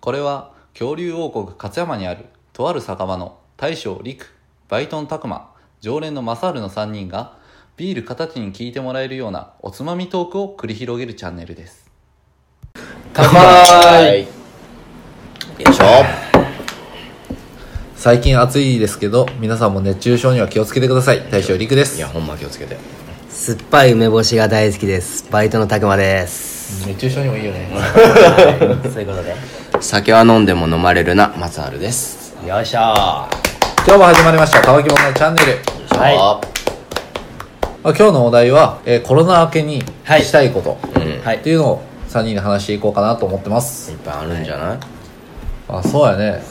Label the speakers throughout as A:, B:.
A: これは恐竜王国勝山にあるとある酒場の大将陸バイトン拓磨常連のマサールの3人がビール片手に聞いてもらえるようなおつまみトークを繰り広げるチャンネルです
B: 乾
C: 杯
B: 杯よいしょ
C: 最近暑いですけど皆さんも熱中症には気をつけてください大将陸で
B: い
C: す
B: やほんま気をつけて
D: 酸っぱい梅干しが大好きですバイトのたくまです
C: 熱中症にもいいよね
D: そういうことで
B: 酒は飲んでも飲まれるな松春です
D: よいしょは
C: 今日も始まりました「乾き物のチャンネル
D: はい
C: まあ」今日のお題は、えーコロナ明けに
D: はい
C: したいこと、
B: うん
D: い
C: っていうのを3人で話していこうかなと思ってます
B: い、っぱいあるんじゃない
C: あそうやね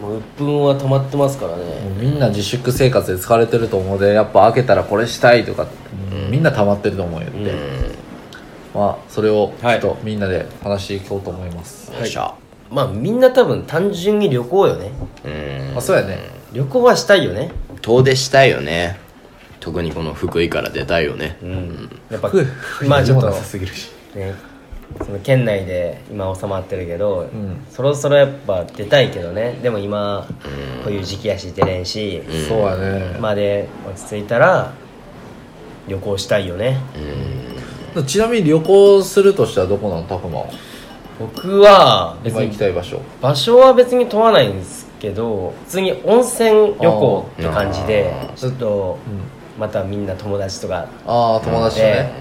D: もう鬱憤は溜まってますからね
C: もうみんな自粛生活で疲れてると思うのでやっぱ開けたらこれしたいとか、みんな溜まってると思うよって、まあそれをちょっとみんなで話していこうと思います、
B: よいしょ
D: まあみんな多分単純に旅行よね
B: うん
C: まあそうやね
D: 旅行はしたいよね
B: 遠出したいよね特にこの福井から出たいよね
D: うんやっぱ
C: ふう
D: まあちょっ
C: でも
D: と
C: なさすぎるし
D: ねその県内で今収まってるけど、
C: ん
D: そろそろやっぱ出たいけどねでも今こういう時期やし出れんし、
C: そうやね、
D: まあで落ち着いたら旅行したいよね、
C: ちなみに旅行するとしたらどこなのタフマは
D: 僕は別
C: 今行
D: に
C: きたい場所
D: 場所は別に問わないんですけど普通に温泉旅行って感じで
B: あ
D: ちょっと
C: うん
D: またみんな友達とか
C: ああ友達と
D: で
C: ね、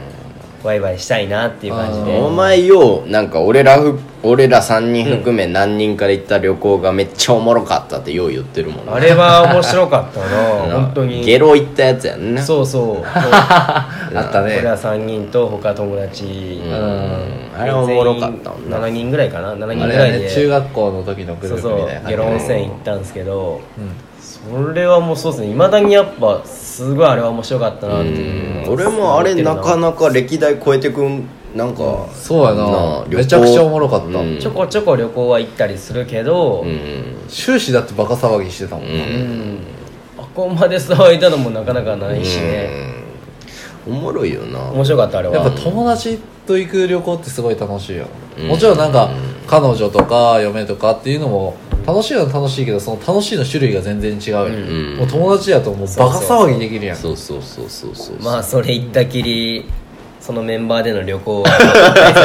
D: ワイワイしたいなっていう感じ
B: お
D: で
B: 前ようなんか俺らふ俺ら3人含め何人から行った旅行がめっちゃおもろかったってよう言ってるもんね
D: あれは面白かった
B: うん
D: な本当に
B: ゲロ行ったやつやんな
D: そうそうこ
C: あった
D: う俺
C: ね
D: ら3人と他友達
B: うん
C: ん
B: あれおもろかったもんな
D: 7人ぐらいかな7人
C: あ
D: ぐ
C: れや
D: らい
C: ね中
D: で
C: 学校の時のグ
D: そ
C: ル
D: う
C: ー
D: そ
C: プみたいな
D: う
C: 感じ
D: ゲ
C: で
D: ロ温泉行ったんですけど
C: うん
D: それはもうそうですねいまだにやっぱすごいあれは面白かったなっていう
B: 俺もあれなか
D: か
B: なか歴代超えてくんなんか
C: そうや
B: なあ
C: な
B: 旅行
C: めちゃくちゃおもろかった、
B: うん
D: ちょこちょこ旅行は行ったりするけど、
B: うん
C: 終始だってバカ騒ぎしてたもんな、
D: うんあここまで騒いだのもなかなかないしね、
B: うんおもろいよな
D: 面白かったあれは
C: やっぱ友達と行く旅行ってすごい楽しいよ、
B: うん
C: もちろんなんか彼女とか嫁とかっていうのも楽しいのは楽しいけどその楽しいの種類が全然違うよ、
B: ん
C: もう友達やともうバカ騒ぎできるやん
B: そうそうそうそうそう
D: まあそれ行ったきりそのメンバーでの旅行は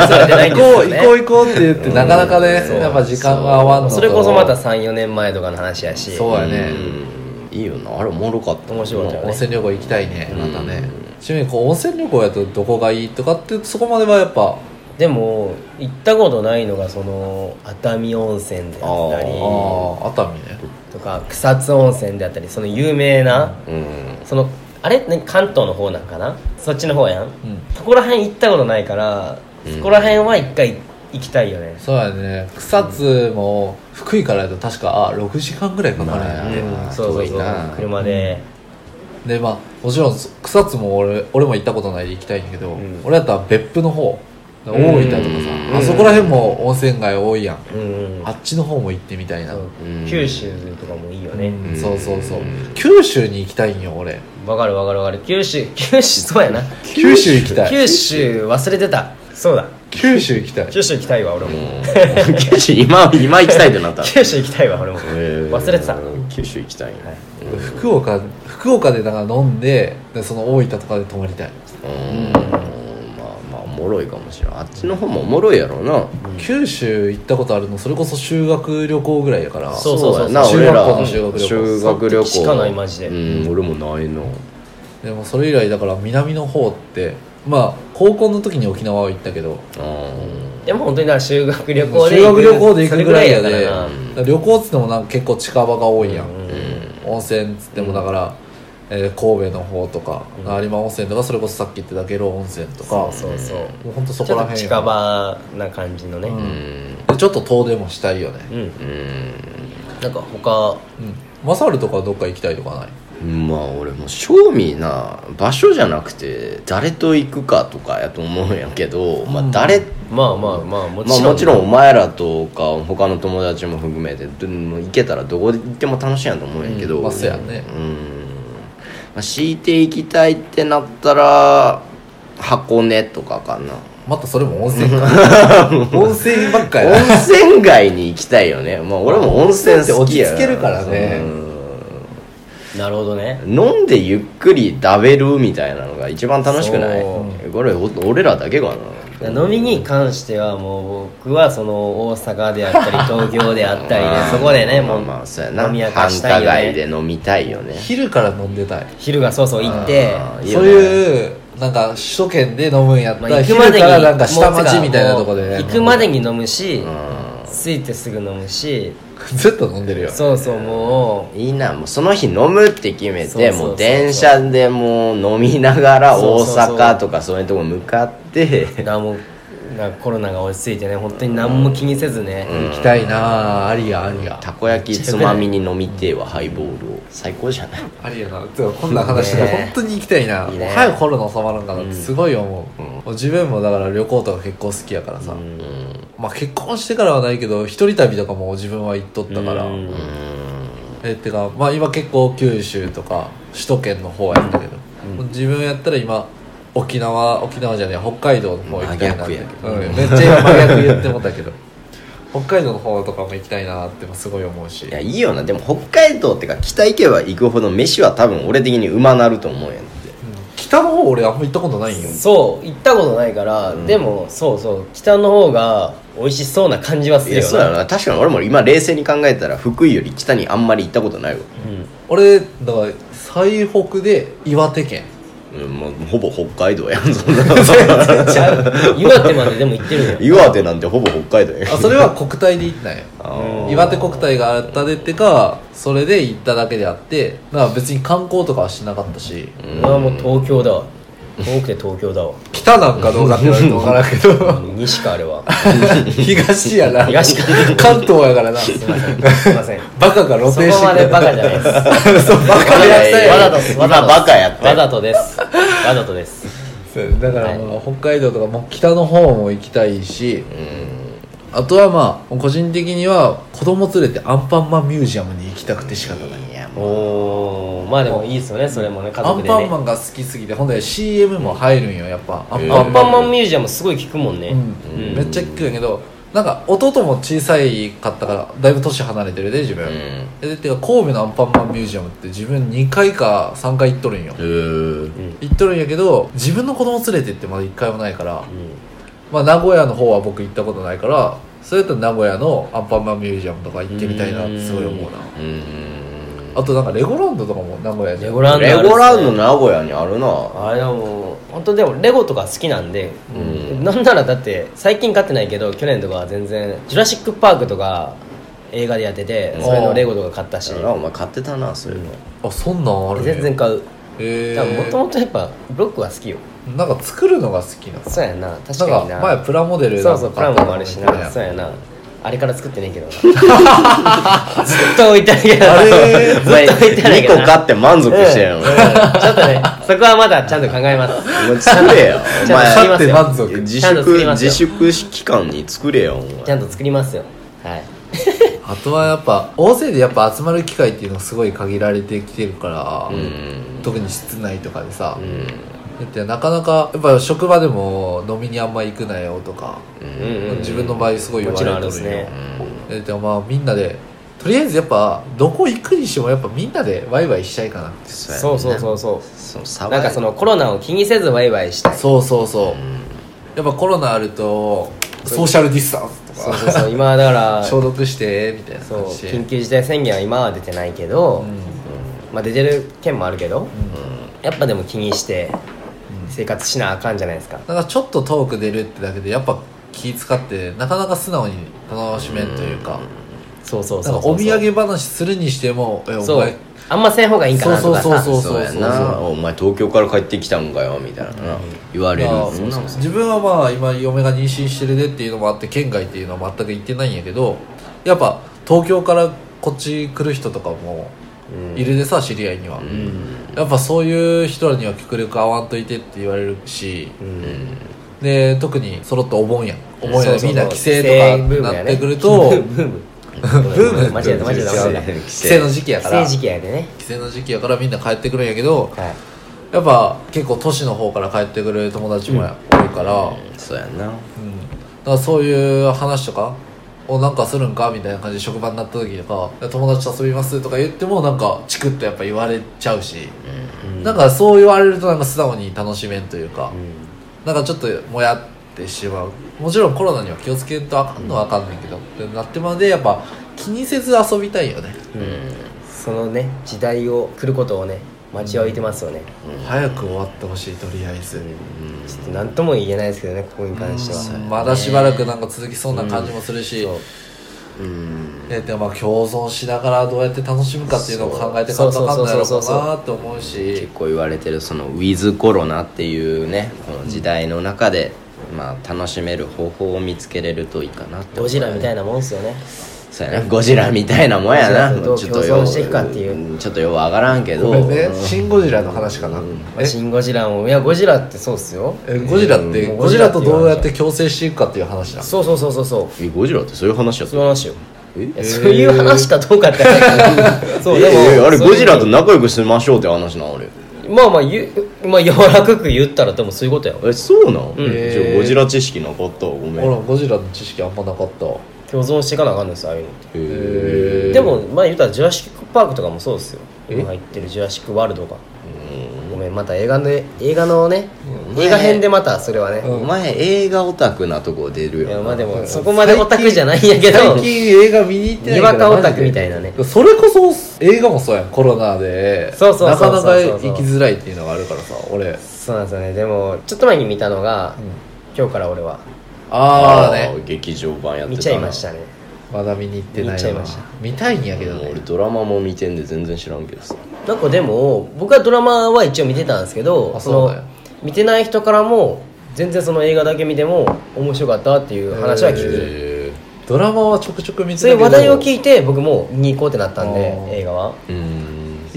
D: されてないん
C: 行こ
D: ですよ
C: う
D: ね
C: 行こう行こうって言ってなかなかね、
D: そう
C: やっぱ時間が合わんのと
D: それこそまた34年前とかの話やし
C: そうやね、
B: うんいいよなあれおもろかった
D: 面白かったよ
C: 温
D: ね
C: 泉旅行行きたいねまたね、ちなみにこう温泉旅行やとどこがいいとかってそこまではやっぱ
D: でも行ったことないのがその熱海温泉であったり
B: あ
C: ああ熱海ね
D: とか草津温泉であったりその有名な
B: うん
D: そのあれ何関東の方なんかなそっちの方やん
C: うん
D: そこら辺行ったことないから、
B: うん
D: そこら辺は一回行きたいよね
C: そうやね草津も福井からやと確かあ6時間ぐらいかかるんやね、
B: まあ
D: そうそう
B: 遠
D: そ
B: いうな
D: 車で、
C: でまあもちろん草津も俺俺も行ったことないで行きたいんやけど、
D: ん
C: 俺やったら別府の方大分とかさ、
B: うん
C: あそこら辺も温泉街多いやん、
D: うんうん
C: あっちの方も行ってみたいな、
D: そう
B: うん
D: 九州とかもいいよね
C: うん
B: うん
C: そうそうそう九州に行きたいんよ俺
D: わ、かるわかるわかる九州九州そうや な
C: 九州行きたい
D: 九州忘れてたそうだ
C: 九州行きたい
D: 九州行きたいわ俺も、
B: 九州今今行きたいってなった
D: 九州行きたいわ俺も、
B: えー
D: 忘れてた
B: 九州行きたいね
C: 福岡福岡でだから飲んででその大分とかで泊まりたい、
B: うんまあまあおもろいかもしれんあっちの方もおもろいやろうな
C: 九州行ったことあるのそれこそ修学旅行ぐらいやから
D: そうそうそう
B: やな
C: 中
B: 俺
C: 学
B: ら
C: 校の修学旅行
B: 修学旅行
D: その時しかないマジで
B: うん俺もないの
C: でもそれ以来だから南の方ってまあ高校の時に沖縄は行ったけど
B: うん
D: でも本当にだから修学旅行で
C: 修学旅行で行
D: そ
C: くぐ
D: れぐ
C: ら
D: ら
C: い
D: い
C: や
D: や
C: で
D: からな、
C: だから旅行っつってもなんか結構近場が多いやん、
D: うん
C: 温泉っつってもだから、えー神戸の方とか、
D: ん
C: 有馬温泉とかそれこそさっき言ってた下呂温泉と
D: そ
C: か
D: うそうそう、
C: もうほんとそ
D: ち
C: こ
D: ょ
C: ら
D: っと
C: 辺
D: 近場な感じのね、
C: うん
B: うん
C: でちょっと遠出もしたいよね
D: うん、
B: うん
D: なんか他
C: うんマサルとかどっか行きたいとかない
B: まあ俺も正味な場所じゃなくて誰と行くかとかやと思うんやけど、まあ誰、
D: まあまあまあも
B: まあ、
D: ちろん、
B: もちろんお前らとか他の友達も含めてどもう行けたらどこで行っても楽しいやと思うんやけ
C: う
B: ど、うんん、
C: まあそうやね
B: まあ、強いて行きたいってなったら箱根とかかな
C: またそれも温泉か 温泉ばっかやな
B: 温泉街に行きたいよねまあ俺も温泉好きや
C: 温泉って落ち着けるからね
D: なるほどね
B: うん飲んでゆっくり食べるみたいなのが一番楽しくない
D: そ
B: これお俺らだけかな
D: 飲みに関してはもう僕はその大阪で あったり東京であったりでそこでね
B: ま
D: も
B: あ
D: う
B: まあそうやな
D: 飲み明か
B: 繁
D: した
B: 華
D: いよ
B: 街
D: ね
B: で飲みたいよね
C: 昼から飲んでたい
D: 昼がそうそう行って
B: あーいいよ
C: そう
B: ね
C: いうなんか首都圏で飲むんやった
D: ま
C: ら
D: あ行く
C: 昼
D: まで
C: から
D: に
C: なんか下町みたいな
D: もう
C: とこで
D: 行くまでに飲むし
B: う
D: 着いてすぐ飲むし
C: ずっと飲んでるよ
D: そうそうも
B: んいいなもうその日飲むって決め
D: そうそう
B: て
D: そうそう
B: もう電車でもう飲みながら
D: そうそ
B: 大
D: うそう
B: 阪とかそういうとこ向かって
D: う何もなんかコロナが落ち着いてね本当に何も気にせずね
C: 行きたいなあありやありや
B: たこ焼きつまみに飲みてえわハイボールを最高じゃない
C: ありやなてかこんな話で
D: ね
C: 本当に行きたいな、
D: いいね
C: もう早くコロナ収まらんかなってすごい思う,、もう自分もだから旅行とか結構好きやからさ、まあ結婚してからはないけど一人旅とかも自分は行っとったから、
D: うん
C: えってかまあ今結構九州とか首都圏の方やったけど、自分やったら今沖縄沖縄じゃねえ北海道の方行きたいなって、
B: 真
C: う
B: 逆
C: ん、めっちゃ今真逆言ってもうたけど 北海道の方とかも行きたいなってすごい思うし
B: いやいいよなでも北海道ってか北行けば行くほど飯は多分俺的にうまなると思うやんって
C: 北の方俺あんま行ったことないんよ
D: そう行ったことないから、でもそうそう北の方が美味しそうな感じはす
B: い
D: る
B: や
D: よ
B: そうやな確かに俺も今冷静に考えたら福井より北にあんまり行ったことないわ、
C: 俺だから最北で岩手県
B: うん、もうほぼ北海道やん そんな
D: ちゃう岩手まででも行ってるのよ
B: 岩手なんてほぼ北海道やん
C: あそれは国体で行ったんよ
B: あ
C: 岩手国体があったでってかそれで行っただけであってだから別に観光とかはしなかったし、
D: 俺はもう東京だわ遠くて東京だわ
C: 北なんかどうかって言われると分からんけ ど
D: 西かあれは
C: 東やな
D: 東か
C: 関東やからな
D: すいませんすいません
C: バカが露
D: そ
C: 呈し
D: こ
C: て
D: ま
C: くれ
D: で
C: る
D: バカじゃないです
C: そうバカ
B: い
C: や
B: やいや
D: わざとです
B: 今バカやった
D: わ
B: よ
D: ざとですわざとです
C: そうだからまあ北海道とかも北の方も行きたいし、あとはまあ個人的には子供連れてアンパンマンミュージアムに行きたくて仕方ない
B: いやもう
D: おおまあでもいいですよねそれもね家
C: ア
D: 族
C: ン
D: で
C: パン
D: ね
C: マンが好きすぎてほんで CM も入るんよやっぱアンパ
D: ア
C: ン
D: ン
C: マ
D: パ
C: ン、
D: ンマンミュージアムすごい聞くもんね、
C: うんめっちゃ聞くんやけどなんか弟も小さいかったからだいぶ年離れてるで自分、
B: うん
C: でてか神戸のアンパンマンミュージアムって自分2回か3回行っとるんよ、
B: う
C: 行っとるんやけど自分の子供連れてってまだ1回もないから、
D: うん
C: まあ、名古屋の方は僕行ったことないからそれと名古屋のアンパンマンミュージアムとか行ってみたいなってすごい思うな
B: ーん
C: あとなんかレゴランドとかも名古屋じゃ
D: レ
C: ん
D: ゴランドあ
B: レ
D: るっすね
B: ゴランド名古屋にあるな
D: あれはもう本当でもレゴとか好きなんで、
B: うん
D: なんならだって最近買ってないけど去年とかは全然「ジュラシック・パーク」とか映画でやっててそれのレゴとか買ったし
B: それはお前買ってたなそういうの
C: あそんなんあるね
D: 全然買う
C: へ
D: も
C: え
D: ともとやっぱブロックは好きよ
C: なんか作るのが好きな
D: そうやな確
C: な
D: か
C: ん
D: に
C: か
D: な
C: 前プラモデル
D: そうそうプラモもあるしなそうやなあれから作ってねえ けどなずっと置いてあるけどなずっと置いてあるけ
B: 2
D: ど
B: 個
D: な
B: 買って満足してる
D: う
B: の
D: んうんちょっとねそこはまだちゃんと考えます
B: お前作れよお
D: ちゃ
C: 買っ
D: んと作ります
B: 前
C: て
D: よ
C: 満足
B: 自
D: ちゃんと作り
B: 粛
D: ます
B: 自
D: よ
B: 粛期間に作れよお
D: ちゃ
B: 前
D: んと作りますよはい
C: あとはやっぱ大勢でやっぱ集まる機会っていうのがすごい限られてきてるから、
B: うん
C: 特に室内とかでさ、
B: うん
C: だってなかなかやっぱ職場でも飲みにあんま行くなよとか、自分の場合すごい言われて
D: も
C: る
D: ち
C: よ、
D: ろんあるっす
C: だ
D: ね
C: ってまあみんなでとりあえずやっぱどこ行くにしてもやっぱみんなでワイワイしたいかな
B: そ
D: そうそうそうそう
B: うそう
D: なんかそのコロナを気にせずワイワイしたい
C: そうそうそう、やっぱコロナあるとソーシャルディスタンスと
D: そう
C: か
D: そう そう今はだから
C: 消毒してみたいな
D: そう
C: 感じで
D: 緊急事態宣言は今は出てないけど、まあ、出てる県もあるけど、やっぱでも気にして生活しなあかんじゃないですか、
C: なんかちょっと遠く出るってだけでやっぱ気使ってなかなか素直に楽しめんというか、
D: そうそう
C: な
D: そ
C: ん
D: う
C: か
D: そう
C: お土産話するにしても「えお
D: そ
C: 前
D: うあんません方がいいんかなとかさ
C: そうそうそう
B: そうや
C: そうそう
B: なお前東京から帰ってきたんかよみたいなな言われる
C: まあ
B: そんなもん
C: 自分はまあ今嫁が妊娠してるでっていうのもあって県外っていうのは全く行ってないんやけどやっぱ東京からこっち来る人とかもいるでさ、知り合いには、やっぱそういう人らには極力会わんといてって言われるし、で特にそろっとお盆やんお盆や
D: そう
C: で
D: そう
C: みんな帰省
D: 帰省ブ
C: と
D: ー
C: か
D: ム
C: な
D: やね
C: ってくると
D: ブームブ
C: ーム
D: 間違えた間違えた間違え
C: 帰省の時期やか
D: た帰
C: ら
D: 省時
C: 帰
D: 期やでね
C: 省の時期やからみんな帰ってくるんやけど
D: はい
C: やっぱ結構都市の方から帰ってくる友達も多いから、
B: そうやんな
C: うん、だからそういう話とかをなんかするんかみたいな感じで職場になった時とか友達と遊びますとか言ってもなんかチクッとやっぱ言われちゃうし、なんかそう言われるとなんか素直に楽しめんというか、なんかちょっともやってしまうもちろんコロナには気をつけんとあかんのはあかんねんけど、ってなってまでやっぱ気にせず遊びたいよね、
D: そのね時代を来ることをね待ちわびてますよね、
C: 早く終わってほしいとりあえず、
D: ちょっと何とも言えないですけどねここに関しては、
C: まだしばらくなんか続きそうな感じもするし、
B: うん
C: ね、でもまあ共存しながらどうやって楽しむかっていうのを考えていか
D: そ
C: ん
D: う
C: とわかんないの
D: そうそうそうそう
C: かなって思うし
B: 結構言われてるそのウィズコロナっていうねこの時代の中で、まあ、楽しめる方法を見つけれるといいかなって
D: ゴジラみたいな
B: な
D: もんですよね
B: そうやなゴジラみたいなもんやな
D: ゴジラとどう
B: よ
D: 共存していくかっていう
B: ちょっとようわからんけど
C: これね「シン・ゴジラ」の話かな、え
D: シン・ゴジラもいやゴジラってそうっすよ
C: えゴジラって
D: うん
C: ゴジラとどうやって共生していくかっていう話だ
D: そうそうそうそうそう
B: えゴジラってそういう話やっ
D: そ
B: た
D: ういう話よ
B: え
D: いやそういう話かどうかって話そうでも
B: え あれ
D: そういう
B: ゴジラと仲良くしましょうって話な俺
D: まあまあ言うまあ柔らかく言ったらでもそういうことや
B: えそうなん、
D: うん
B: じゃあゴジラ知識なかったわごめん
C: 俺もゴジラの知識あんまなかった
D: 共存していかなあかんのですよああいうのって
B: へえ
D: でもまあ言うたらジュラシック・パークとかもそうですよ今入ってるジュラシック・ワールドがごめんまた映画の映画のね映画編でまたそれはね
B: お前映画オタクなとこ出る
D: いや
B: よ
D: まあ
B: な
D: でもそこまでオタクじゃないんやけど
C: 最近映画見に行ってないから
D: にわかオタ
C: マ
D: ク
C: ジで
D: みたいなね
C: それこそ映画もそうやんコロナで
D: そうそうそうそう
C: なかなか行きづらいっていうのがあるからさ俺
D: そうなんですよねでもちょっと前に見たのが、今日から俺は
C: ああね
B: ー劇場版やってたな
D: 見ちゃいましたね
C: まだ見に行ってない
D: 見ちゃいました
C: 見たいんやけど
B: もう俺
C: ね
B: ドラマも見てんで全然知らんけどさ
D: なんかでも僕はドラマは一応見てたんですけど
C: あそうだよ
D: 見てない人からも全然その映画だけ見ても面白かったっていう話は聞く、
B: へ
C: ドラマはちょくちょく見て
D: そう
C: た
D: い
C: け
D: う
C: ど
D: 話題を聞いて僕も見に行こうってなったんで
C: あー
D: 映画は
B: えうん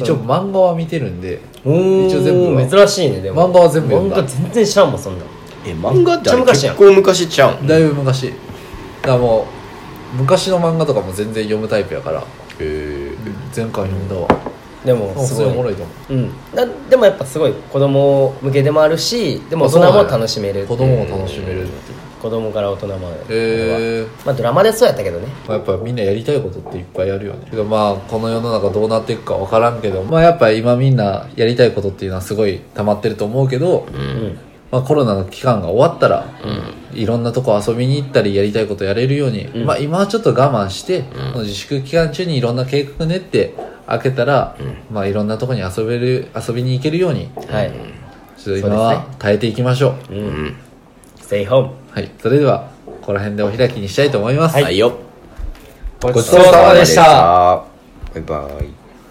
C: 一応漫画は見てるんで
D: うん
C: 一応全部は
D: 珍しいねでも
C: 漫画は全部読んだ
D: 漫画全然知らんもんそんなん
B: え漫画ってあれ
D: めっちゃ昔や
B: 結
D: ん
B: 構昔ちゃうんへ
C: だいぶ昔だからもう昔の漫画とかも全然読むタイプやから
B: え
C: 前回読んだわ
D: でも
C: す
D: す
C: ごい
D: ご
C: おもろ
D: い
C: いと思
D: うん、なでもやっぱすごい子供向けでもあるしでも大人も楽しめる
C: う子供も楽しめるっていう
D: 子供から大人まで、
C: へえ
D: まあドラマでそうやったけどね
C: まあ、やっぱみんなやりたいことっていっぱいあるよねけどまあこの世の中どうなっていくか分からんけどまあやっぱ今みんなやりたいことっていうのはすごい溜まってると思うけど、
D: うん
C: まあ、コロナの期間が終わったら、いろんなとこ遊びに行ったりやりたいことやれるように、まあ今はちょっと我慢して、この自粛期間中にいろんな計画練って開けたら、まあいろんなとこに遊べる遊びに行けるように
D: はい、
C: ちょっと今は耐えていきましょう
D: うん、Stay home
C: はいそれではここら辺でお開きにしたいと思います、
B: はいよ
C: ごち
B: お
C: そうさまでした
B: バイバイ